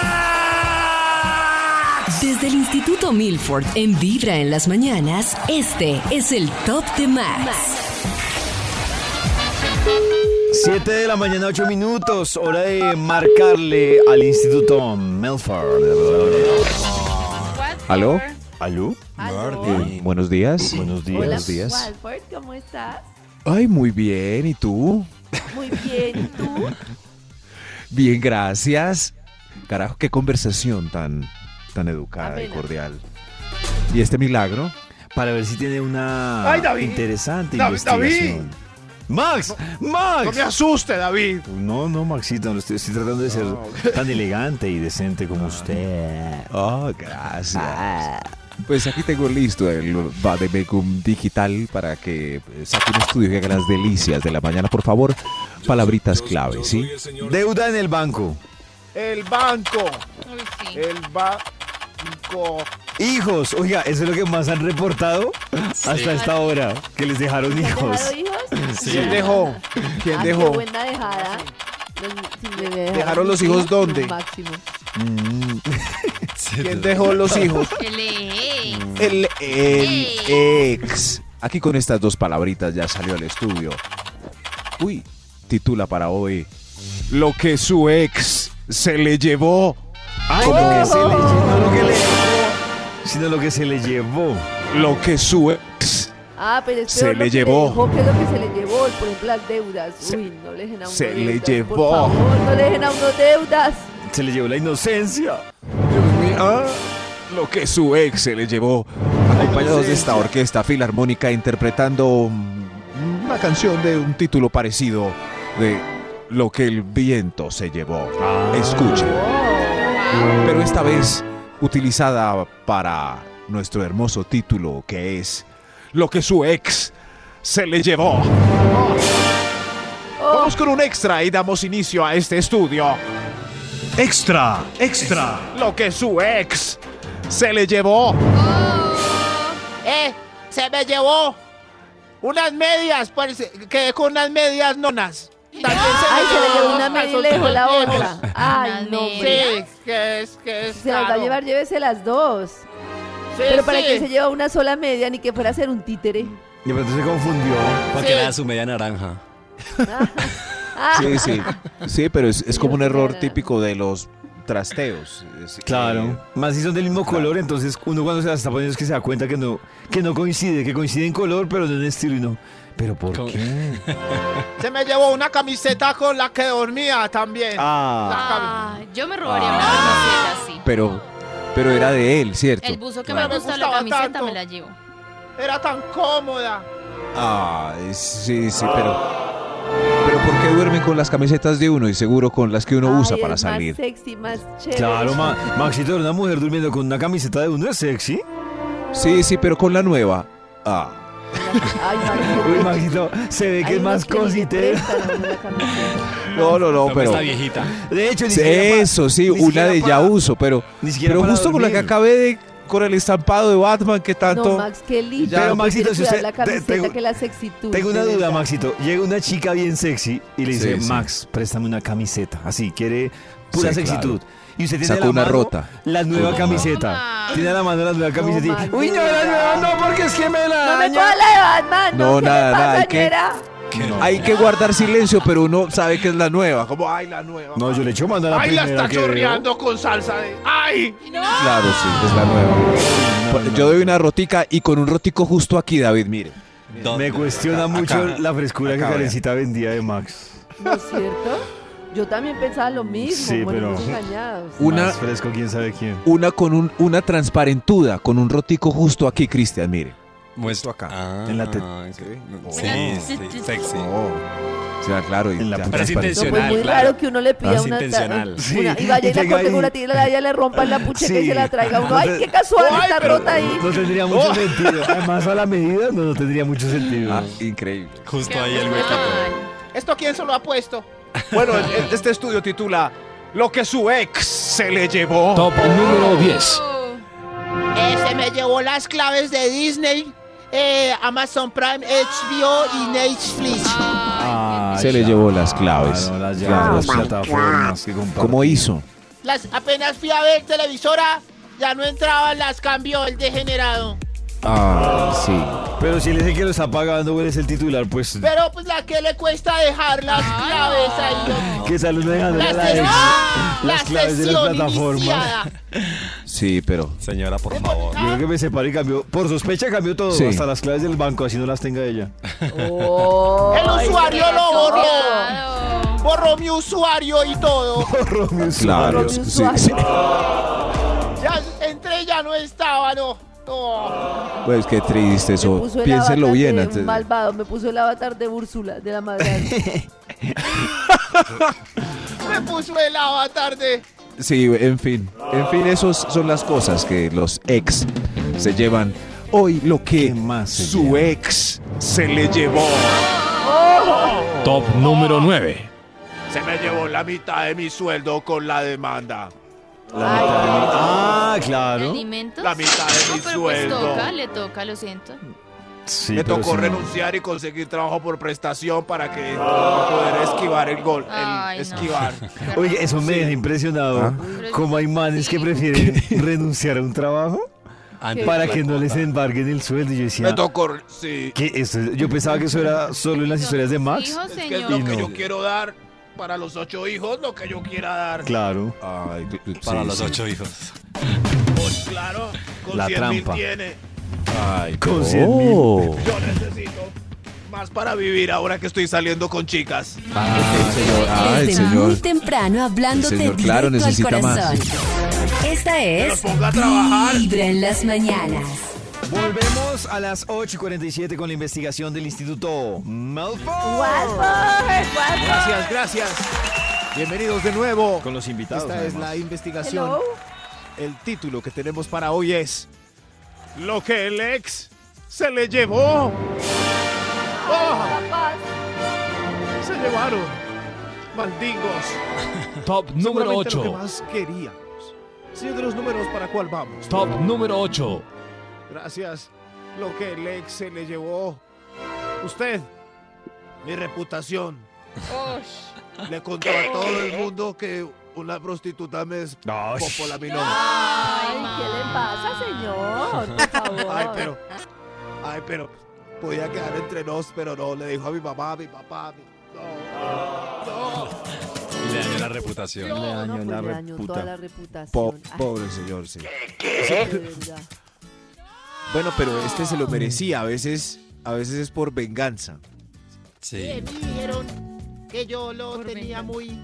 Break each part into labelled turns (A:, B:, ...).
A: Desde el Instituto Milford, en Vibra en las mañanas, este es el Top de Max.
B: 7 de la mañana, 8 minutos. Hora de marcarle al Instituto Melford.
C: ¿Aló?
B: ¿Aló?
C: Eh, buenos días.
B: Buenos días.
C: Buenos días.
D: Walford, ¿cómo estás?
C: Ay, muy bien. ¿Y tú?
D: Muy bien, ¿y tú?
C: Bien, gracias. Carajo, qué conversación tan, tan educada y
D: Amena.
C: cordial. ¿Y este milagro?
B: Para ver si tiene una
E: Ay, David.
B: interesante
E: David,
B: investigación. ¡Max!
E: No
B: ¡Max!
E: me asuste, David.
B: No, no, Maxito, no estoy, estoy tratando de ser tan elegante y decente como usted. Ah.
C: Oh, gracias. Pues aquí tengo listo el Vademecum digital para que eh, saque un estudio que haga las delicias de la mañana, por favor. Palabritas clave, ¿sí?
B: Deuda en el banco.
E: El banco.
F: Uy, sí.
E: El banco.
B: Hijos, oiga, eso es lo que más han reportado hasta esta hora, que les dejaron
D: ¿Te han
B: hijos.
D: dejado hijos?
E: ¿Quién dejó? ¿Quién
D: Ah,
E: dejó?
D: Qué buena dejada. Los- si me dejaron
E: ¿Dejaron los
D: mis
E: hijos dónde?
D: lo Máximo.
E: ¿Quién dejó los hijos?
F: El eje.
C: El, el ex. Aquí con estas dos palabritas ya salió al estudio. Uy, titula para hoy. Lo que su ex se le llevó.
B: Ay, lo que se le llevó, no lo que le sino lo que se le llevó.
C: Lo que su ex
D: Ah, pero es
C: Se
D: peor
C: le
D: lo que
C: llevó.
D: dejó, que es lo que se le llevó? Por ejemplo, las deudas.
C: Se-
D: Uy, no le dejen a uno
C: se le
D: deudas,
C: llevó.
D: Por favor, no le dejen a uno deudas.
B: Se le llevó la inocencia.
C: Ah, lo que su ex se le llevó. Acompañados de esta orquesta filarmónica interpretando mm, una canción de un título parecido de Lo que el viento se llevó. Escuchen. Pero esta vez utilizada para nuestro hermoso título que es Lo que su ex se le llevó. Vamos con un extra y damos inicio a este estudio.
G: Extra, extra.
C: Lo que su ex se le llevó.
E: Oh. ¡Eh! Se me llevó unas medias. Pues, quedé con unas medias nonas. También se
D: Ay, se le llevó una
E: unos
D: media y le
E: calzoncillos
D: dejó la
E: viejos.
D: otra. Ay,
F: Unas
D: no,
F: medias.
D: hombre.
E: Sí, que es, que es.
D: Si Se las va a
E: caro.
D: llevar, llévese las dos.
E: Sí,
D: Pero para
E: sí.
D: que se lleva una sola media, ni que fuera a ser un títere.
B: Y pronto se confundió.
H: Para
E: Sí.
H: que le haga su media naranja.
D: Ah,
C: Sí, sí. Sí, pero es, es como un error
D: Claro.
C: típico de los trasteos. Es- eh,
B: Claro. Más si son del mismo
C: Claro.
B: color, entonces uno cuando se las está poniendo es que se da cuenta que no, que no coincide, que coincide en color, pero no en estilo y no. Pero por
H: Con-
B: qué.
E: Se me llevó una camiseta con la que dormía también.
B: Ah,
E: La cami-
F: Ah, yo me robaría una camiseta así.
C: pero, pero era de él, ¿cierto?
F: El buzo que
C: Claro.
F: me gusta, la
E: Gustaba
F: camiseta
E: tanto.
F: me la llevo.
E: Era tan cómoda.
C: Ah, sí, sí, pero. Pero ¿por qué duermen con las camisetas de uno y seguro con las que uno usa
D: ay,
C: para
D: es
C: salir?
D: Más sexy, más chévere.
B: claro, Ma- Maxito, una mujer durmiendo con una camiseta de uno es sexy.
C: Sí, sí, pero con la nueva. Ah,
D: Ay, Maxito.
B: Uy, Maxito, se ve que
D: Hay
B: es más
D: unos que ni se
B: cositero.
D: prestan a uno la camiseta.
C: no, no, no,
H: No, pues,
C: pero.
H: Está viejita.
B: De hecho, ni
C: Sí,
B: siquiera pa-
C: Eso, sí,
B: ni
C: una
B: siquiera
C: de ya
B: para-
C: uso, pero.
B: Ni siquiera
C: Pero
B: para
C: justo con la que
B: dormir.
C: acabé de. Con el estampado de Batman que tanto.
D: No, Max, qué lindo.
B: Pero, Maxito,
D: Prefiero
B: si
D: cuidar
B: usted-
D: la
B: te-
D: camiseta
B: tengo-
D: que la sexitud.
B: Tengo una
D: de
B: duda,
D: verdad.
B: Maxito. Llega una chica bien sexy y le
C: Sí,
B: dice,
C: sí.
B: Max, préstame una camiseta. Así, quiere pura
C: Sí,
B: sexitud. Y usted tiene
C: Sacó
B: a la
C: una
B: mano
C: rota.
B: La nueva
C: No,
B: camiseta.
F: Max.
B: Tiene a la mano la nueva camiseta. y,
D: Max,
B: Uy,
D: de
B: no, la nueva
D: verdad.
B: no, porque es que me la
D: No me
B: daña".
D: puedo la de Batman.
C: No,
D: No, ¿qué
C: nada,
D: le pasa,
C: nada, hay que-
D: ñera?
C: Hay que guardar silencio, pero uno sabe que es la nueva. Como, ay, la nueva.
B: No, yo le echo mando a la
E: Ay, la
B: primera
E: está
B: que veo.
E: chorreando con salsa de. ¡Ay!
D: ¡Ah!
C: Claro, sí, es la nueva. Yo doy una rotica y con un rotico justo aquí, David, mire.
H: ¿Dónde?
B: Me cuestiona
C: Acá,
B: mucho
C: acá.
B: la frescura
C: Acá,
B: que
C: vea.
B: Karencita vendía de Max.
D: ¿No es cierto? Yo también pensaba lo mismo.
B: Sí,
D: morimos
B: pero-
D: engañados.
C: Una-
B: Más fresco, quién sabe quién.
C: Una con un, una transparentuda, con un rotico justo aquí, Cristian, mire.
H: Muestro acá.
B: En la te-
H: Ah, sí.
F: Una-
H: Sí, sí, sexy.
C: O sea, claro. y
B: En la
C: ya-
B: puta
I: Pero es
B: espalda.
D: No,
I: intencional.
D: pues muy
I: claro.
D: raro que uno le pida
I: No, es
D: una, ta-
I: intencional.
D: una-
B: Sí,
D: y vaya
B: y
D: y la
B: tenga
D: corte
B: ahí-
D: con una tira, ya le rompan la pucheca y
B: Sí.
D: se la traiga uno. ¡Ay, qué
J: Ay,
D: casual! Está
J: pero-
D: rota ahí.
B: No tendría mucho sentido. Además, a la medida no, no tendría mucho sentido.
C: Ah, increíble.
F: Qué
I: Justo ahí el huequito.
F: mal.
J: ¿Esto quién se lo ha puesto?
C: Bueno, el- el- este estudio titula Lo que su ex se le llevó.
E: Top número 10.
F: Oh,
J: Eh, se me llevó las claves de Disney, eh, Amazon Prime, HBO y Netflix.
B: Ay,
C: Se le llevó Ah, las claves.
B: claro, las
C: Claro,
B: llaves, plataformas que comparten.
C: ¿Cómo hizo?
J: Las, apenas fui a ver televisora, ya no entraban, las cambió el degenerado.
C: Ah, sí.
B: Pero si él es el que lo está pagando, él es el titular, pues.
J: Pero pues la que le cuesta dejar las claves ahí. hombre?
B: ¿Qué tal le dejan a
J: La
B: la ex?
J: ses-
B: Las
J: la
B: claves de las
J: sesión
B: plataformas.
J: iniciada.
C: Sí, pero.
I: Señora, por favor.
B: Yo creo que me separé y cambió. Por sospecha cambió todo.
C: Sí.
B: Hasta las claves del banco, así no las tenga ella.
D: Oh,
J: El usuario lo borró.
F: cuidado.
J: Borró mi usuario y todo.
B: Romeo Suárez.
C: Claro.
D: Romeo
C: sí,
D: Suárez.
C: sí.
J: Ya entré, ya no estaba, no. No.
C: Pues qué triste
D: me
C: eso.
D: puso el
C: Piénsenlo
D: avatar
C: bien
D: de
C: antes.
D: un Malvado, me puso el avatar de Úrsula, de la madre.
J: Me puso el avatar de.
C: Sí, en fin. En fin, esas son las cosas que los ex se llevan. Hoy lo que
B: ¿Qué más se
C: su
B: lleva?
C: ex se le llevó.
E: Top número 9.
J: Se me llevó la mitad de mi sueldo con la demanda.
B: Ah, claro.
F: ¿Alimentos?
J: La mitad de
F: No,
J: mi
F: pero pues
J: sueldo.
F: toca, le toca, lo siento.
B: Sí,
J: Me
B: pero
J: tocó
B: sí, no.
J: renunciar y conseguir trabajo por prestación para que para poder esquivar el gol. el
F: Ay, no.
J: esquivar.
B: Oye, eso me deja impresionado.
F: Pero-
B: Como hay manes que prefieren renunciar a un trabajo
I: Antes
B: para
I: de la
B: que no les
I: cuota.
B: embarguen el sueldo. Y yo
J: Me
B: decía,
J: tocó, sí.
B: ¿qué es eso? Yo pensaba que eso era solo en las historias de Max.
F: Hijo,
J: Es que es
F: señor.
J: lo
B: Y
J: que
B: no.
J: yo quiero dar para los ocho hijos, lo que yo quiera dar.
B: Claro.
C: Ay, cl-
I: Para
C: sí,
I: los
C: sí.
I: ocho hijos.
J: Pues claro, con
B: La
J: 100 mil
B: trampa.
J: tiene.
C: Ay,
B: Con
C: pero-
B: 100 mil.
C: Oh.
J: Yo necesito más para vivir ahora que estoy saliendo con chicas.
C: Ay, señor. Ay,
A: Desde
C: señor.
A: muy temprano hablándote
C: El señor, claro,
A: directo al
C: necesita más.
A: corazón. Esta
J: Los
A: es
J: ponga a trabajar.
A: Vibra en las mañanas.
B: Volvemos a las 8.47 con la investigación del Instituto Malfoy.
J: Gracias, gracias. Bienvenidos de nuevo.
B: Con los invitados.
J: Esta es la
B: además.
J: investigación.
D: Hello.
J: El título que tenemos para hoy es Lo que el ex se le llevó. Oh,
D: Capaz.
J: se llevaron. Maldigos.
E: Top número
J: Seguramente Lo que
E: 8.
J: más queríamos. Señor de los números, ¿para cuál vamos?
E: Top número 8.
J: Gracias. Lo que el ex se le llevó. Usted, mi reputación.
F: Ush.
J: Le contó a todo el mundo que una prostituta me es
B: No, sh-
J: popola mi nombre.
D: Ay, ¿qué le pasa, señor? Por favor.
J: Ay, pero. Ay, pero. Podía quedar entre nos, pero no. Le dijo a mi mamá, a mi papá, a mi. No.
I: Le dañó la reputación.
D: No,
B: Le dañó
D: no, pues
B: la
D: le dañó
B: reputa-
D: toda la reputación.
C: Po-
D: Ay,
C: pobre señor, sí.
D: de verdad.
C: Bueno, pero este se lo merecía. A veces, a veces es por venganza.
I: Sí.
J: dijeron que yo lo
F: Por venganza.
J: muy.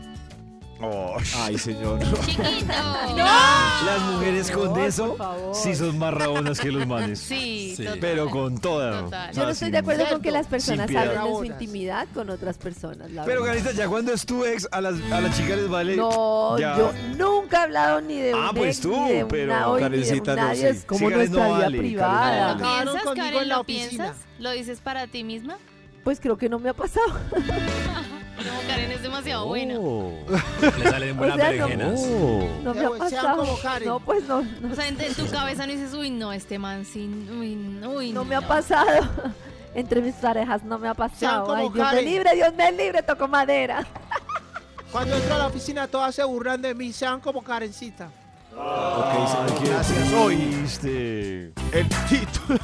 B: Oh, sh-
C: Ay, señor.
F: Chiquito.
B: Las mujeres
D: No,
B: con
D: por
B: eso
D: favor.
B: sí son más rabonas que los manes.
F: Sí,
I: Sí.
F: total.
B: Pero con toda.
F: Total.
B: O sea,
D: Yo no estoy
B: sin-
D: de acuerdo con que las personas
B: piedad.
D: hablen de su
J: Ahora.
D: intimidad con otras personas. la
B: Pero,
D: verdad.
B: Carita, ya cuando es tu ex, a las, a las chicas les vale.
D: No,
B: Ya.
D: yo nunca he hablado ni de un
B: Ah, pues
D: ex,
B: tú,
D: ni de un
B: pero
D: nao, ni de un
C: Karencita, no,
D: nadie,
C: sí.
D: es como
B: Sí, Karen,
D: nuestra
B: no
D: vida
B: vale, Karen,
D: privada.
B: no vale.
F: ¿Piensas,
J: conmigo en
F: Karen,
J: la
F: lo
J: oficina.
F: piensas? ¿Lo dices para ti misma?
D: Pues creo que no me ha pasado.
F: No, Karen es demasiado buena.
I: Le salen buenas
D: O sea, no.
I: berenjenas.
B: Oh.
D: No me
J: Ya,
D: ha
J: pues, sean
D: pasado.
J: como Karen.
D: No, pues no, no,
F: O sea, en, en tu cabeza no dices, uy, no, este man sin. Uy, no, uy,
D: no me ha pasado. Entre mis parejas no me ha pasado.
J: como
D: Ay, Dios me
J: Karen.
D: libre, Dios me libre, toco madera.
J: Cuando entro a la oficina, todas se burlan de mí. Sean como Karencita.
B: Ok, señor, gracias. Hoy.
J: El título.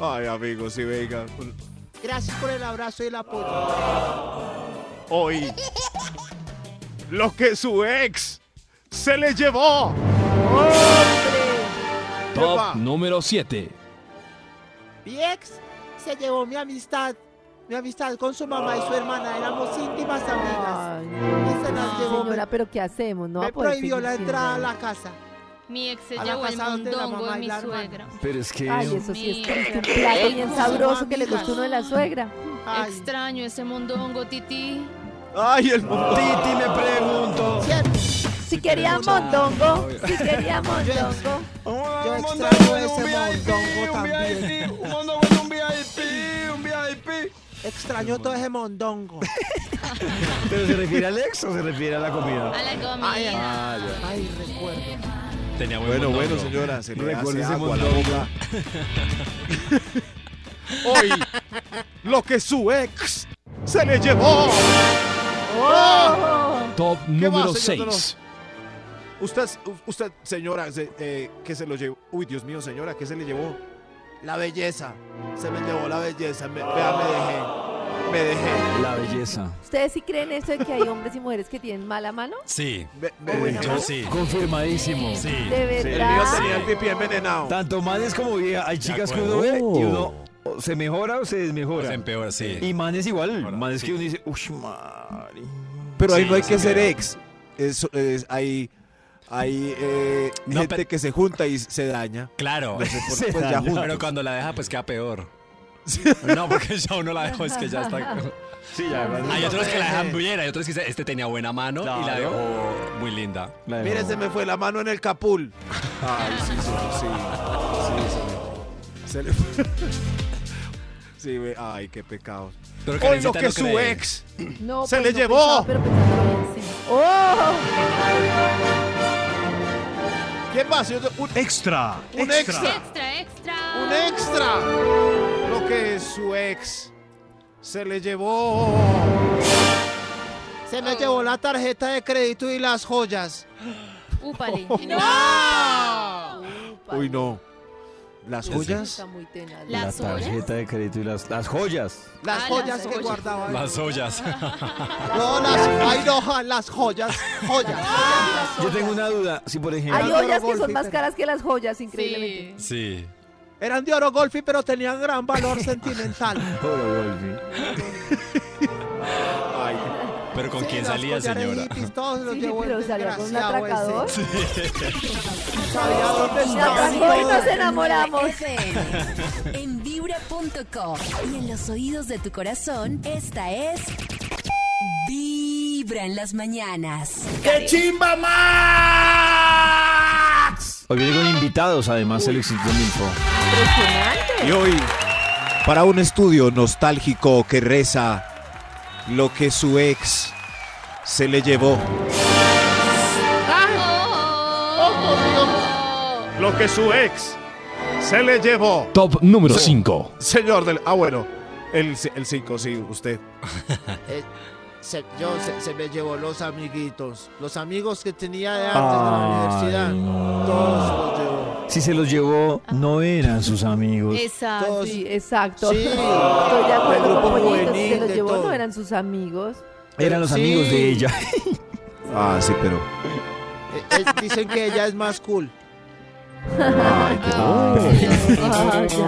J: Ay, amigos, si venga. Gracias por el abrazo y el apoyo. Hoy, lo que su ex se le llevó.
E: Top
J: Epa.
E: número 7.
J: Mi ex se llevó mi amistad. Mi amistad con su mamá y su hermana. Éramos íntimas amigas.
D: Ay,
J: Y se las llevó.
D: señora, pero ¿qué hacemos? No pues, va a
J: me me
D: poder
J: prohibió
D: seguir
J: la
D: siendo
J: entrada a
D: ahí.
J: la casa.
F: Mi ex se
J: A la
F: llevó el
J: casa donde la
F: mondongo
J: mamá
F: de
J: y
F: mi
J: la hermana.
F: suegra.
B: Pero es que.
D: Ay, eso sí es triste, un plato bien sabroso que le gusta uno de la suegra.
J: Ay.
F: Extraño ese mondongo, Titi.
E: Ay, el mundo.
B: Titi, me pregunto.
D: Si quería mondongo, si quería mondongo.
J: Yo extraño ese mondongo también.
E: Un mondongo es un VIP, un VIP.
J: Extraño todo ese mondongo.
B: ¿Pero se refiere al ex o se refiere a la comida?
F: A la comida.
J: Ay, recuerdo.
K: Tenía buen
C: Bueno,
K: mondongo.
C: bueno, señora, se le hace
B: Recuerde ese
C: agua a la
B: mondongo.
C: boca.
E: Hoy, lo que su ex se le llevó.
H: Top número
E: señor
H: 6.
C: Usted, usted, señora, se- eh, ¿qué se lo llevó? Uy, Dios mío, señora, ¿qué se le llevó?
J: La belleza. Se me llevó la belleza. Me, vea, me dejé. Me dejé.
B: La belleza.
D: ¿Ustedes sí creen eso de que hay hombres y mujeres que tienen mala mano?
K: Sí,
J: Me, me dejé.
K: yo sí.
B: Confirmadísimo.
K: Sí.
D: De
J: El mío
D: verdad.
J: tenía el pipí envenenado.
B: Tanto manes como viejas. Hay chicas que
K: acuerdo.
B: uno ve y uno o se mejora o se desmejora.
K: Se empeora, sí.
B: Y manes igual.
K: Ahora,
B: manes
K: sí.
B: que uno dice, uff, mari.
C: Pero ahí
K: Sí,
C: no hay
K: sí,
C: que ser
K: creo.
C: ex. Es, es- hay hay eh,
K: No,
C: gente
K: pero-
C: que se junta y se daña.
K: Claro.
C: No sé por-
B: Se
C: pues ya
B: daña.
C: juntos.
K: Pero cuando la deja, pues queda peor. No, porque ya uno la dejó, es que ya está.
B: Sí, ya, ¿verdad?
K: Hay otros que la dejan bien, hay otros que dicen, este tenía buena mano y la
B: Claro.
K: dejó muy linda.
B: La
J: Mire, se me fue la mano en el capul.
C: Ay, sí, sí, sí. Sí, sí. Se le fue. Sí, ve- ay, qué pecado.
K: Pero
E: Hoy lo
K: Karencita
E: que
K: no
E: su
K: cree.
E: ex.
D: No,
E: Se
D: pues
E: le
D: no
E: llevó.
D: pensaba, pero pensaba bien, sí. ¡Oh!
E: ¿Qué pasa? Yo- Un,
G: Extra.
E: un
G: Extra.
E: extra.
F: Extra, extra.
E: Un extra. Lo que su ex se le llevó.
J: Se me llevó la tarjeta de crédito y las joyas.
F: Úpale.
C: Uy, no. Las
K: Sí, sí.
C: joyas.
D: Está muy tenaz.
F: La-
B: La
F: ¿Las joyas?
B: tarjeta de crédito y las, las joyas.
J: Las
F: Ah,
J: joyas
F: las
J: que
F: joyas.
J: guardaba.
K: Las ollas.
J: No, las. Ay, no, ja, las joyas. Joyas.
B: Yo tengo una duda. Si, por ejemplo,
D: Hay
J: Era
D: ollas que
J: Golfi,
D: son más
J: pero-
D: caras que las joyas,
F: Sí.
D: increíblemente.
K: Sí.
J: Eran de oro golfi, pero tenían gran valor sentimental.
B: Oro Golfi.
K: Pero ¿con
J: Sí,
K: quién
J: las
K: salía, señora?
J: collarejitis, Todos los
D: Sí,
J: llevó
D: pero
J: el
D: salía con un
J: desgraciado ese.
D: atracador.
J: Sabía dónde
D: Me
J: estaba.
D: atracó y nos enamoramos.
A: FM. En vibra.com y en los oídos de tu corazón, esta es Vibra en las mañanas.
B: Hoy viene con invitados, además, el éxito Info.
C: Y hoy, para un estudio nostálgico que reza lo que su ex se le llevó.
F: Oh.
E: Lo que su ex se le llevó.
H: Top número 5.
E: Señor del. Ah, bueno. El 5, sí, usted.
J: Eh, se, yo se, se me llevó los amiguitos, los amigos que tenía de antes de la
B: Ay,
J: universidad.
B: no.
J: Todos los llevó.
B: Si se los llevó, no eran sus amigos.
F: Exacto.
J: Todos.
D: Ah, Sí, exacto.
J: Sí.
D: Estoy de
J: Del
D: acuerdo
J: grupo
D: con Pollito. Si
J: juvenil,
D: se los
J: de
D: llevó,
J: todo.
D: no eran sus amigos.
B: Eran los
J: Sí.
B: amigos de ella.
C: Ah, sí, pero.
J: Eh, eh, dicen que ella es más cool.
D: Ah, ya.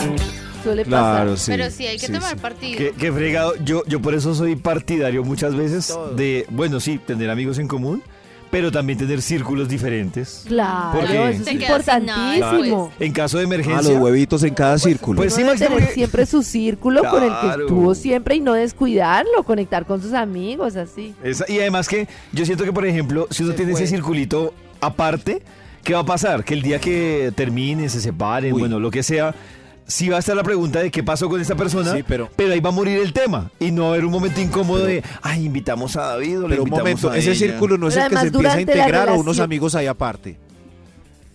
D: Suele
C: Claro, sí.
F: Pero sí, hay que
C: sí,
F: tomar
C: sí.
F: partido.
B: Qué, qué fregado. Yo, yo por eso soy partidario muchas veces
J: Todo.
B: de, bueno, sí, tener amigos en común, pero también tener círculos diferentes.
D: pasar. Claro,
B: Porque-
D: eso es
F: Te quedas sin nada,
D: importantísimo.
B: En caso de
C: Ah,
B: emergencia,
C: los huevitos en cada círculo.
B: Pues sí,
D: Uno debe
B: Maxito,
D: tener
B: porque-
D: siempre su círculo con el que
B: Claro.
D: estuvo siempre y no descuidarlo, conectar con sus amigos, así.
B: esa- y además que yo siento que, por ejemplo, si uno
J: Se
B: tiene
J: fue.
B: ese circulito aparte, ¿qué va a pasar? Que el día que terminen, se separen,
C: Uy.
B: bueno, lo que sea, sí va a estar la pregunta de qué pasó con esta persona,
C: Sí, pero-
B: ahí va a morir el tema y no va a haber un momento incómodo de, ay, invitamos a David o le
C: Pero un
B: invitamos
C: momento,
B: a
C: ese
B: ella".
C: círculo no es
D: Pero
C: el que se
D: además,
C: empieza a
D: durante la
C: integrar o unos
D: relación-
C: amigos ahí aparte.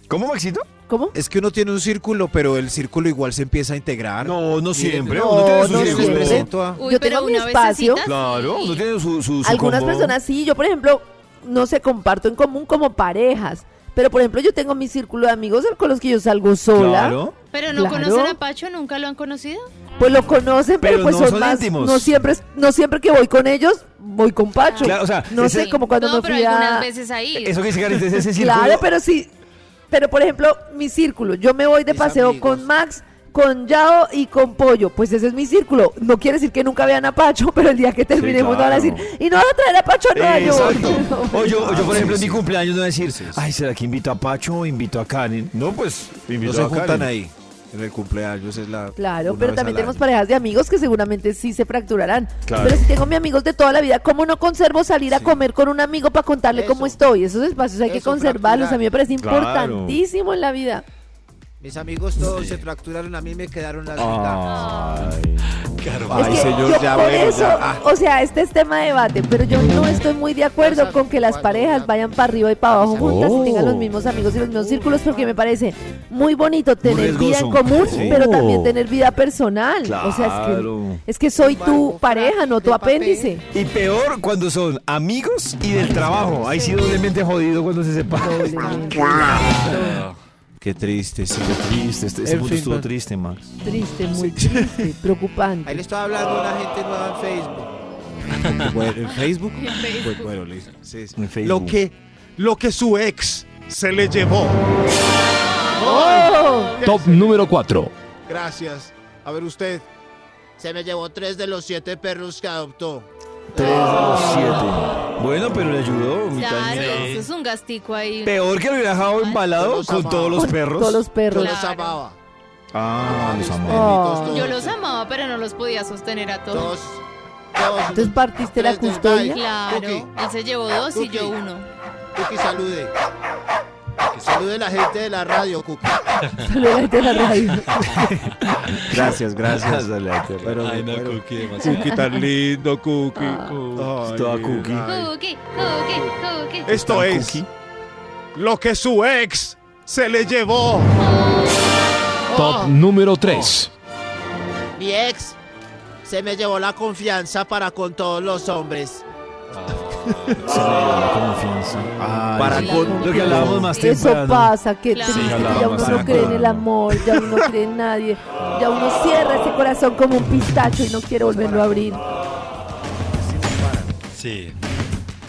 B: ¿Cómo, Maxito?
D: ¿Cómo?
B: Eh,
C: Es que uno tiene un círculo, pero el círculo igual se empieza a integrar.
B: No, no siempre.
D: No,
B: uno tiene su
D: no
C: Yo les
B: círculo.
D: siempre.
C: presento a-
F: Uy,
D: Yo
F: pero
D: tengo mi
F: una
D: espacio.
F: vececita sí.
B: Claro, uno tiene su, su, su
D: Algunas
B: combo.
D: personas sí, yo por ejemplo, no sé, comparto en común como parejas, pero por ejemplo yo tengo mi círculo de amigos con los que yo salgo sola,
B: Claro.
F: Pero no
D: Claro.
F: conocen a Pacho, nunca lo han conocido.
D: pues lo conocen, pero,
B: Pero
D: pues
B: no
D: son,
B: son
D: más,
B: íntimos.
D: no siempre, es- no siempre que voy con ellos, voy con Pacho.
B: Claro, o sea,
D: no
B: ese-
D: sé, como cuando
F: no,
D: me
F: pero
D: fui a...
F: algunas veces ahí.
B: Eh, Eso que dice Karen, es ese círculo.
D: Claro, pero sí, pero por ejemplo, mi círculo, yo me voy de
J: Mis
D: paseo
J: amigos.
D: con Max. Con Yao y con Pollo, pues ese es mi círculo. No quiere decir que nunca vean a Pacho, pero el día que terminemos no van a decir,
B: claro.
D: y no van a traer a Pacho, no, yo voy".
B: Exacto. O yo, o yo, por
C: Ah,
B: ejemplo, en
C: sí,
B: mi
C: sí.
B: cumpleaños no voy a decir, ay, ¿será que invito a Pacho o invito a Karen? No, pues,
C: No
B: invito
C: se
B: a Karen.
C: juntan ahí. en el cumpleaños es la.
D: Claro,
C: una
D: pero
C: vez
D: también
C: al año.
D: tenemos parejas de amigos que seguramente sí se fracturarán.
C: Claro.
D: Pero si tengo mis amigos de toda la vida, ¿cómo no conservo salir a comer con un amigo para contarle cómo estoy? Esos espacios hay que
J: Eso,
D: conservarlos.
J: fracturar.
D: A mí me parece
J: Claro.
D: importantísimo en la vida.
J: Mis amigos todos se fracturaron, a mí me quedaron las
B: Ah.
C: Ay.
D: Es que yo por eso, o sea, este es tema de debate, pero yo no estoy muy de acuerdo con que las parejas vayan para arriba y para abajo juntas
L: Oh.
D: y tengan los mismos amigos y los mismos círculos, porque me parece muy bonito tener vida en
L: riesgoso.
D: común,
L: Sí.
D: pero también
L: Oh.
D: tener vida personal. O sea, es
B: Claro.
D: que, es que soy tu pareja, no tu apéndice.
B: Y peor cuando son amigos y del trabajo. Ahí sí doblemente jodido cuando se separan. Ah, Qué triste, sí, qué triste. Este, este
J: En
B: mundo
J: fin,
B: estuvo
J: pues.
B: triste, Max.
D: Triste, muy triste, preocupante.
J: Ahí le estoy hablando a una gente nueva en Facebook.
C: Bueno, en Facebook.
J: En Facebook.
C: Pues bueno, listo. Sí, sí.
E: Lo que, lo que su ex se le llevó.
H: Top número 4.
J: Gracias. A ver usted. Se me llevó tres de los siete perros que adoptó.
B: Tres de los siete. Bueno, pero le ayudó. mi
F: Claro,
B: caña.
F: eso es un gastico ahí.
B: Pues, eh, Peor que lo hubiera dejado embalado con todos los perros.
D: todos los perros.
B: Yo los
J: amaba.
B: Ah, los
D: Oh.
B: amaba.
F: Yo los amaba, pero no los podía sostener a todos.
D: Entonces partiste la custodia.
F: Claro, él se llevó dos y yo
J: Cookie.
F: uno.
J: Cookie, salude. Que salude la gente de la radio, Cookie.
D: Saluda a la gente de la radio.
C: Gracias, gracias.
K: Pero, Ay, no, Cookie, demasiado.
E: Cookie tan lindo, Cookie. Ay,
C: Toda Cookie.
E: ay.
F: Cookie, cookie, cookie.
E: Esto es lo que su ex se le llevó.
H: Top número 3.
J: Oh. Mi ex se me llevó la confianza para con todos los hombres.
B: Confianza. Ay,
C: Para
B: sí.
C: con-
B: lo que hablábamos más
D: Eso
B: temprano.
D: pasa, que
B: Claro.
D: triste,
B: Sí,
D: que ya
B: hablaba
D: uno
B: más
D: no cree en el
B: temprano.
D: amor, ya uno no cree en nadie, ya uno cierra ese corazón como un pistacho y no quiere volverlo a abrir.
K: Sí.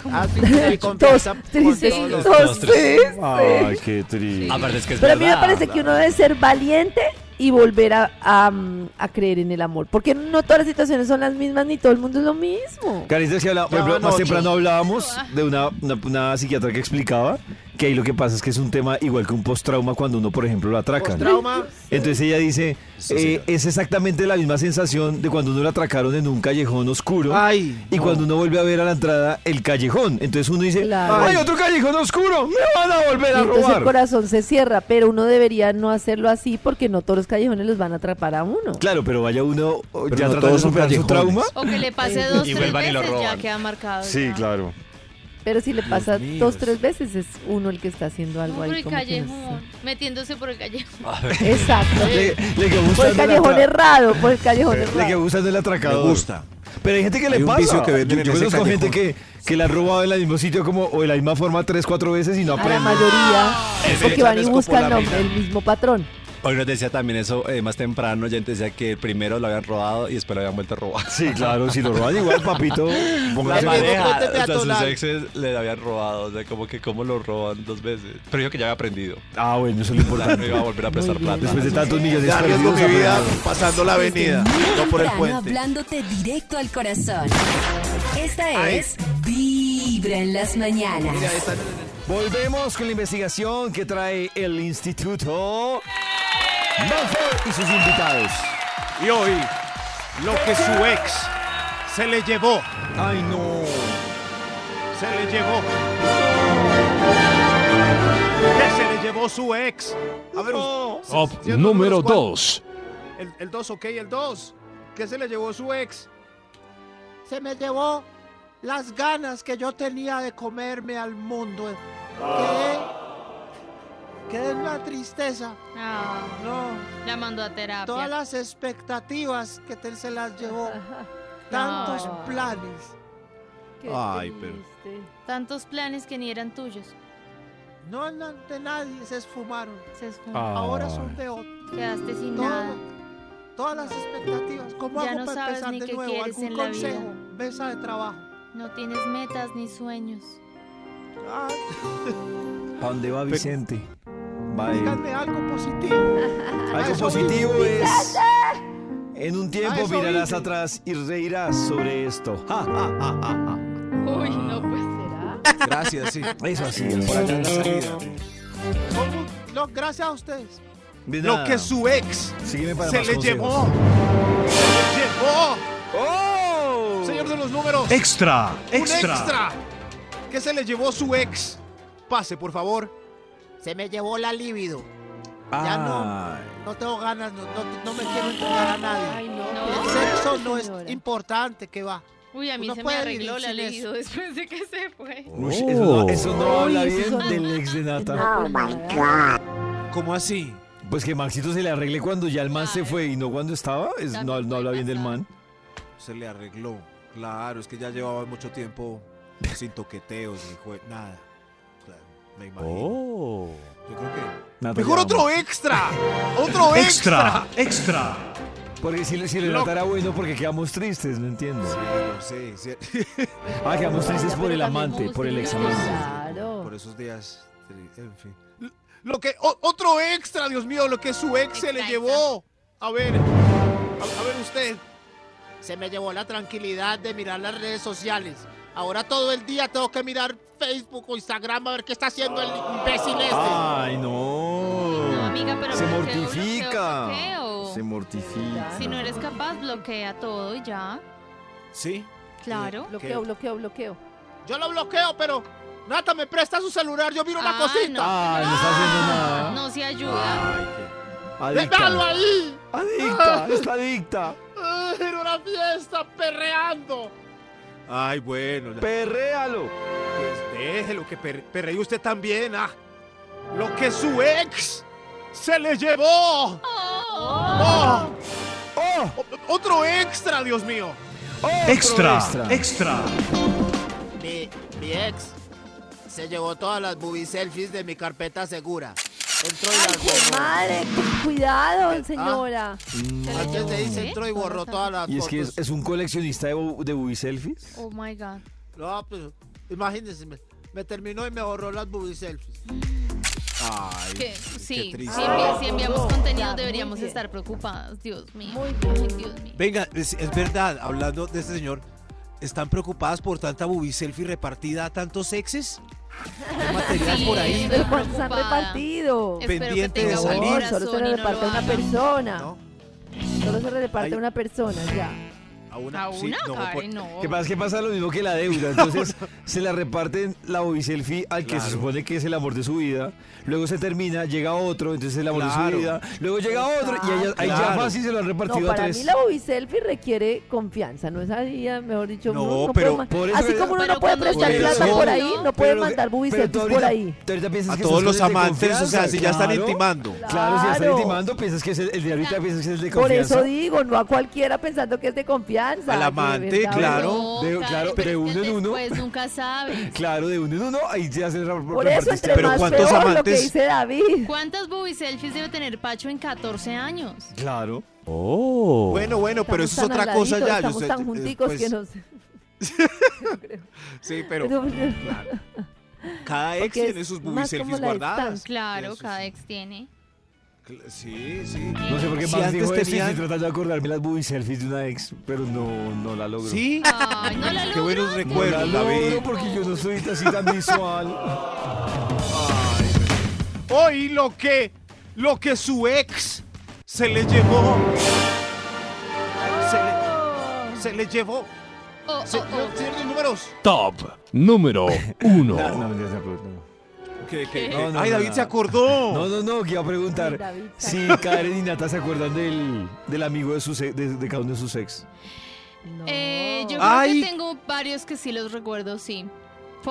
D: Todos tristes,
K: Todos
D: todos
K: tristes.
D: tristes.
B: Ay, qué triste.
K: Aparte es que es
D: Pero a mí me
K: verdad.
D: parece que uno debe ser valiente y volver a, a, mm, a creer en el amor, porque no todas las situaciones son las mismas ni todo el mundo es lo mismo.
B: Carita, es que hablaba- por
D: Ya
B: ejemplo,
D: van
B: más
D: ocho.
B: temprano hablábamos de una, una- una psiquiatra que explicaba que ahí lo que pasa es que es un tema igual que un post-trauma cuando uno, por ejemplo, lo atracan.
J: Post-trauma.
B: Entonces ella dice, eh, es exactamente la misma sensación de cuando uno lo atracaron en un callejón oscuro y cuando uno vuelve a ver a la entrada el callejón. Entonces uno dice,
D: Claro.
B: ¡ay, otro callejón oscuro! ¡Me van a volver
D: Y
B: a
D: entonces el
B: robar!
D: corazón se cierra, pero uno debería no hacerlo así porque no todos los callejones los van a atrapar a uno.
B: Claro, pero vaya uno oh, ya
C: no
B: tratando de
C: todos son
B: superar su trauma.
F: O que le pase dos,
B: Y
F: tres
B: vuelvan y lo
F: veces, ya
B: roban.
F: queda marcado. ya.
B: claro.
D: Pero si le pasa
F: mío,
D: dos, tres veces, es uno el que está haciendo algo
F: Por
D: ahí.
F: el
D: como que no
F: callejón, metiéndose por el callejón.
D: sé. Exacto.
B: Le, le quedó
D: Por el
B: gustando la
D: callejón
B: tra-
D: errado, por el callejón
B: Le
D: errado.
B: quedó gustando el atracador.
C: Me gusta.
B: Pero hay gente que
C: Hay
B: le
C: un
B: pasa.
C: vicio que venden
B: yo
C: en
B: yo
C: ese
B: conozco gente que,
C: callejón.
B: que la ha robado en el mismo sitio como, o en la misma forma tres, cuatro veces y no
D: A la
B: aprende.
D: mayoría.
B: Ah.
K: Ese
D: Porque
K: ya
D: van
K: no
D: y
K: es
D: buscan lo-
K: popular,
D: el mismo patrón.
K: Hoy nos decía también eso eh, más temprano, ya antes decía que primero lo habían rodado y después lo habían vuelto a robar.
B: Sí, claro, si lo roban igual, papito,
K: La
B: póngase-
K: pareja,
B: Póntete a
K: o sea, sus
B: atolar.
K: exes le habían robado, o sea, como que cómo lo roban dos veces. Pero yo que ya había aprendido.
B: Ah, bueno, eso es lo
K: importante. no iba a volver a prestar plata.
B: Después de tantos millones
K: Ya arriesgo
B: perdidos,
K: mi vida
B: aprende.
E: pasando la avenida,
A: Muy
E: no por el
A: temprano,
E: puente.
A: Hablándote directo al corazón. Esta
B: Ay.
A: es Vibra en las mañanas.
B: Volvemos con la investigación que trae el Instituto Manfred y sus invitados.
E: Y hoy, lo que su ex se le llevó.
B: Ay, no.
E: Se le llevó. ¿Qué se le llevó su ex? A ver, us-
H: Top
E: ¿cierto?
H: número
E: Los cuatro.
H: 2.
E: El- El 2, ok, el 2. ¿Qué se le llevó su ex?
J: Se me llevó las ganas que yo tenía de comerme al mundo. Quedé, quedé en una tristeza.
F: Ah,
J: No.
F: La mandó a terapia.
J: Todas las expectativas que te- se las llevó. Tantos planes.
E: Ay, pero.
F: Tantos planes que ni eran tuyos.
J: No, no, de nadie se esfumaron.
F: Se
J: esfumaron. Ahora son de otro.
F: Quedaste sin
J: Ah. Todo-
F: nada.
J: Todas las expectativas. ¿Cómo
F: Ya
J: hago
F: no
J: para
F: sabes
J: empezar
F: ni
J: de
F: qué
J: nuevo?
F: quieres
J: ¿Algún
F: en la vida.
J: consejo? Mesa de trabajo.
F: No tienes metas ni sueños.
J: Ay,
B: ¿A dónde va Vicente? Va él.
J: díganme algo positivo.
B: Algo
J: Eso
B: positivo
J: mismo.
B: es. En un
J: A
B: tiempo
J: eso
B: mirarás
J: vine.
B: atrás y reirás sobre esto. Ja, ja, ja, ja, ja.
F: Uy, no pues será.
C: Gracias, sí.
B: Eso así
C: Por allá en la salida.
J: Son mu- no, gracias a ustedes.
B: De
E: lo
B: nada.
E: que su ex
B: Sígueme para
E: se
B: más
E: le
B: consejos.
E: llevó. ¡Se le llevó!
B: Oh.
E: Señor de los números.
G: Extra,
E: Un
G: extra.
E: extra. ¿Qué se le llevó su ex? Pase, por favor.
J: Se me llevó la libido. Ya
B: Ah,
J: no, no tengo ganas, no, no- no me quiero entregar a nadie.
F: Ay, no.
J: El sexo no es importante, que va.
F: Uy, a mí
J: Uno
F: se me
J: puede
F: arregló
J: vivir
F: la
J: sin eso.
F: libido después de que se fue.
B: uy, eso,
C: Oh.
K: Oh.
B: no, eso no habla
D: Uy, eso
B: bien
D: es-
B: del ex de Nata.
D: Oh my God.
C: ¿Cómo así?
B: Pues que Maxito se le arregle cuando ya el man se fue y no cuando estaba. es- no, no habla bien del man.
C: Se le arregló. Claro, es que ya llevaba mucho tiempo sin toqueteos, ni jue- nada. Claro, me imagino.
B: Oh,
C: Yo creo que.
B: Nata,
E: Mejor
B: ya
E: otro extra. Otro extra.
G: Extra, extra.
B: vamos. Porque si, le- si lo
E: Lo-
B: tratara bueno, porque quedamos tristes, no entiendo.
C: Bueno, sí, sí,
B: Ah, quedamos tristes por el
F: pero también
B: amante, por el ex
F: justifica.
B: amante.
D: Claro.
C: por esos días. tri- En fin.
E: Lo que o- otro extra, Dios mío, lo que su ex se le
F: Exacto.
E: llevó. A ver. A, a ver usted.
J: Se me llevó la tranquilidad de mirar las redes sociales. Ahora todo el día tengo que mirar Facebook o Instagram a ver qué está haciendo el imbécil este.
C: Ah.
B: Ay,
F: No,
B: no.
F: amiga, pero
B: Se
F: bloqueo,
B: mortifica.
F: bloqueo, bloqueo.
B: Se mortifica.
F: Si no eres capaz, bloquea todo y ya.
C: Sí.
F: Claro.
D: Bloqueo, bloqueo, bloqueo.
J: Yo lo bloqueo, pero Nata me presta su celular, yo miro una
F: Ah,
J: cosita.
B: Ay, no está haciendo nada.
F: No se ayuda.
C: Ay, qué-
J: ¡Déjalo
B: Adicta.
J: ahí!
B: Adicta, está adicta.
J: ¡Ah, Era una fiesta perreando.
C: Ay, bueno. ya.
B: Perréalo.
E: Pues déjelo que per- perreí usted también. Ah. Lo que su ex se le llevó. Oh.
B: ¡Oh!
E: O- Otro extra, Dios mío.
B: ¡Otro
G: Extra, extra.
J: Mi, mi ex se llevó todas las booby selfies de mi carpeta segura. Entró y
D: ¡Ay,
J: las
D: qué
J: borró.
D: madre! Cuidado, señora.
J: Antes de irse entró y borró todas las
B: Y es que
J: fotos.
B: es, es un coleccionista de, bu- de booby selfies.
F: Oh my god.
J: No, pues, imagínense, me, me terminó y me borró las booby selfies.
C: Ay,
F: Que-
C: qué
F: sí,
C: triste.
F: si, envi- si enviamos contenido
D: Ya, muy
F: deberíamos
D: bien.
F: estar preocupadas. Dios mío.
D: Muy
F: Ay,
D: bien.
F: Dios mío.
C: Venga, es, es verdad, hablando de este señor, ¿están preocupadas por tanta bubi selfie repartida a tantos exes? ¿Qué material
F: Sí,
C: por ahí?
F: estoy
D: Pero ¿Cuántos han
F: preocupada.
D: repartido?
F: Espero
C: pendiente
F: que
C: de
F: tenga buen
C: salir.
D: No,
F: corazón
D: solo se
F: y
D: le
F: no
D: reparte
F: lo
D: a una
F: haga.
D: persona.
C: ¿No?
D: Solo se le reparte a una persona, ya.
C: ¿A una?
F: A
C: Sí,
F: una,
C: no, por-
F: Karen, no.
B: Que pasa es que pasa lo mismo que la deuda. Entonces se la reparten la booby selfie al que se
C: Claro.
B: supone que es el amor de su vida. Luego se termina, llega otro, entonces es el amor de
C: Claro.
B: su vida. Luego llega otro y ahí ya- ahí ya
C: Claro.
B: fácil se lo han
D: No,
B: repartido a
D: para
B: tres.
D: mí la booby selfie requiere confianza, no es así, ya, mejor dicho.
C: No,
D: uno puede
C: pero
D: ma-
B: por eso
D: así
B: que-
D: como uno
F: Pero
D: no puede
F: cuando
D: prestar
F: llega
D: plata
F: uno,
D: por ahí,
F: ¿no?
D: no puede
B: Pero-
D: mandar booby
B: pero tú
D: selfies por
B: ahorita-
D: ahí.
B: tú ahorita piensas
C: A
B: que
C: todos
B: son
C: los
B: cosas de
C: amantes, o sea, si ya están
B: confianza,
C: intimando.
B: Claro, si ya están
D: Claro.
B: intimando, piensas que es el, el de ahorita, piensas que es el de
D: Por
B: confianza.
D: eso digo, no a cualquiera pensando que es de confianza.
C: Al
D: de
C: amante,
D: verdad,
C: claro.
F: No,
B: de-
F: Karen,
B: claro,
F: pero
B: de
F: es que
B: uno en uno.
F: Después nunca sabes.
B: Claro, de uno en uno, ahí ya se reparte.
D: Por eso, entre
C: Pero
D: más
C: ¿cuántos
D: peor lo que
C: amantes?
D: dice David.
F: ¿Cuántas booby selfies debe tener Pacho en 14 años?
B: Claro.
C: Bueno, bueno, pero eso es
D: Estamos tan
C: otra cosa
D: habladitos,
C: ya. yo
D: Estamos
C: sé-
D: tan
C: eh,
D: junticos
C: pues,
D: que nos...
C: Sí, pero claro. cada ex
D: Porque
C: tiene
D: es
C: sus booby
D: más como
C: selfies
D: la
C: guardadas.
F: Claro,
C: Eso sí.
F: cada ex tiene.
C: Cl- Sí, sí.
B: No sé por qué
C: Si
B: Max
C: antes
B: dijo esto y
C: tenían-
B: estoy tratando de acordarme las booby selfies de una ex, pero no, no la logro.
C: Sí.
F: Ay, no la
C: Qué buenos
B: No la
F: logro.
C: recuerdos, David.
B: logro porque yo no soy así tan visual.
E: Hoy Oh, lo que lo que su ex se le llevó. Se le, se le llevó.
F: Oh,
E: Se,
F: oh, oh.
E: señor de números.
H: Top número
B: No,
H: 1.
B: no, mentira, se acuerda, no.
C: ¿Qué, qué, qué?
B: No, no,
C: Ay,
B: no,
C: David
B: no.
C: se acordó.
B: No, no, no, que iba a
D: Ay,
B: preguntar
D: David,
B: si Karen y Nata se acuerdan del, del amigo de, sus, ex- de, de cada uno de sus ex.
D: No.
F: Eh, yo
C: Ay.
F: creo que tengo varios que sí los recuerdo, sí.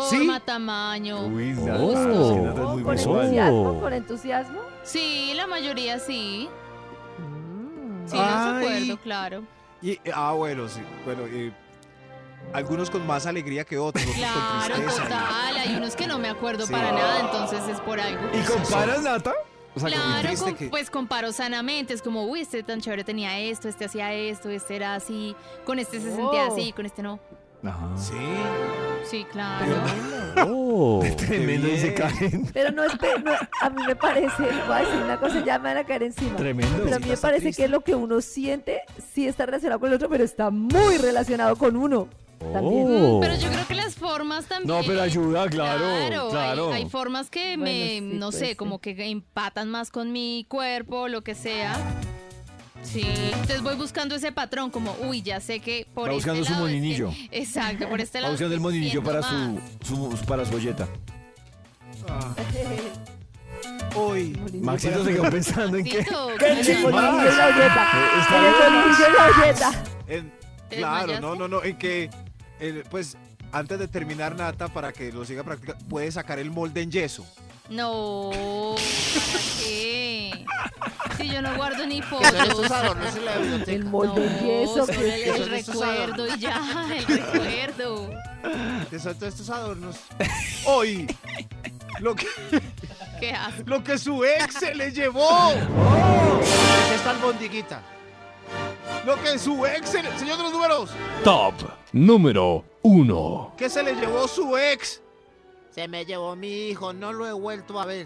C: ¿Sí?
F: Forma, tamaño.
B: Uy, Nata,
H: Oh.
B: es que
C: Pues
B: Nata es muy
D: con
B: visual.
D: entusiasmo, con entusiasmo.
F: Sí, la mayoría sí.
D: Mm.
F: Sí, los
C: Ay.
F: recuerdo, claro.
E: eh,
C: Y, ah, bueno, sí. Bueno, y algunos con más alegría que otros, otros
F: Claro,
C: con tristeza.
F: total. Hay unos que no me acuerdo
C: Sí.
F: para nada, entonces es por algo.
B: ¿Y comparas Nata? O sea, como-
F: Claro,
C: triste
F: con-
C: que-
F: pues comparo sanamente. Es como, uy, este tan chévere tenía esto, este hacía esto, este era así, con este se sentía
D: Oh.
F: así, con este no.
B: Ajá.
C: Sí.
F: Sí, claro.
B: Tremendo
C: Qué
B: dice
C: bien.
B: Karen.
D: Pero no es pe- no, a mí me parece, voy a decir una cosa, ya me van a caer encima.
B: Tremendo.
D: Pero a mí me parece que lo que uno siente sí está relacionado con el otro, pero está muy relacionado con uno. También.
C: Oh.
F: Mm, Pero yo creo que las formas también.
B: No, pero ayuda, claro,
F: hay-
B: claro.
F: Hay, formas que
D: Bueno,
F: me,
D: sí,
F: no
D: pues,
F: sé,
D: sí.
F: como que empatan más con mi cuerpo, lo que sea. Sí, entonces voy buscando ese patrón, como, uy, ya sé que por
B: Va
F: este
B: buscando su
F: lado es que-
B: moninillo.
F: exacto, por este
B: Va
F: lado. es
B: buscando el
F: que
B: moninillo
F: siento
B: para
F: más.
B: su, su- para su olleta.
E: Hoy.
B: Maxito se quedó pensando en qué.
F: Tito,
D: El
F: ¿cómo
D: molinillo
F: estás?
D: en la olleta.
E: Está
D: El molinillo en la olleta.
E: En-
F: ¿Te
E: claro, no,
F: desmayaste?
E: no, no. En que, eh, pues, antes de terminar Nata, para que lo siga practicando, puede sacar el molde en yeso.
F: No, ¿para ¿qué? Si yo no guardo ni
J: Que son
F: fotos.
J: esos adornos en la
D: El
J: biblioteca.
D: molde en yeso.
F: solo
D: que-
F: el,
J: que
F: el
J: son esos
F: recuerdo y ya, el recuerdo.
E: Te son todos estos adornos. Hoy. Lo que,
F: Qué asco.
E: lo que su ex se le llevó.
J: Es esta albondiguita.
E: Lo que su ex. se le- señor de los números.
H: Top número 1.
E: ¿Qué se le llevó su ex?
J: Se me llevó mi hijo, no lo he vuelto a ver.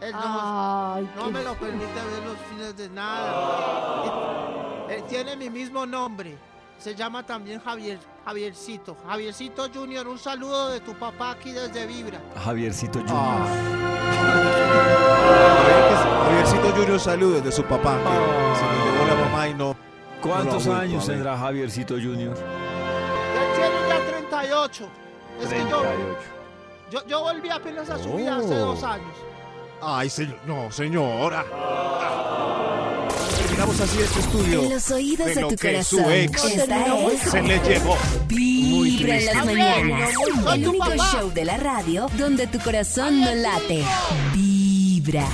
J: Él no,
D: Ay,
J: no
D: qué-
J: me lo permite ver los fines de
D: Ah.
J: nada. Él, él tiene mi mismo nombre. Se llama también Javier, Javiercito. Javiercito Junior, un saludo de tu papá aquí desde Vibra.
B: Javiercito Junior.
F: Ah.
E: Javiercito Junior, saludos de su papá. que se le llevó la mamá y no.
B: ¿Cuántos
E: No lo ha vuelto
B: años
E: a ver.
B: tendrá Javiercito Junior?
J: Él tiene ya 38. Es que yo,
B: 38.
J: yo, yo volví apenas a su vida hace dos años.
E: Ay, señor. No, señora. Ah. Terminamos así este estudio.
A: En los oídos
E: de
A: de,
E: lo
A: tu
E: que su
A: corazón.
E: ex
A: Esta es
E: se le llevó.
A: Vibra en las mañanas.
J: Soy
A: El
J: tu
A: único
J: papá.
A: show de la radio donde tu corazón no late. Vibra.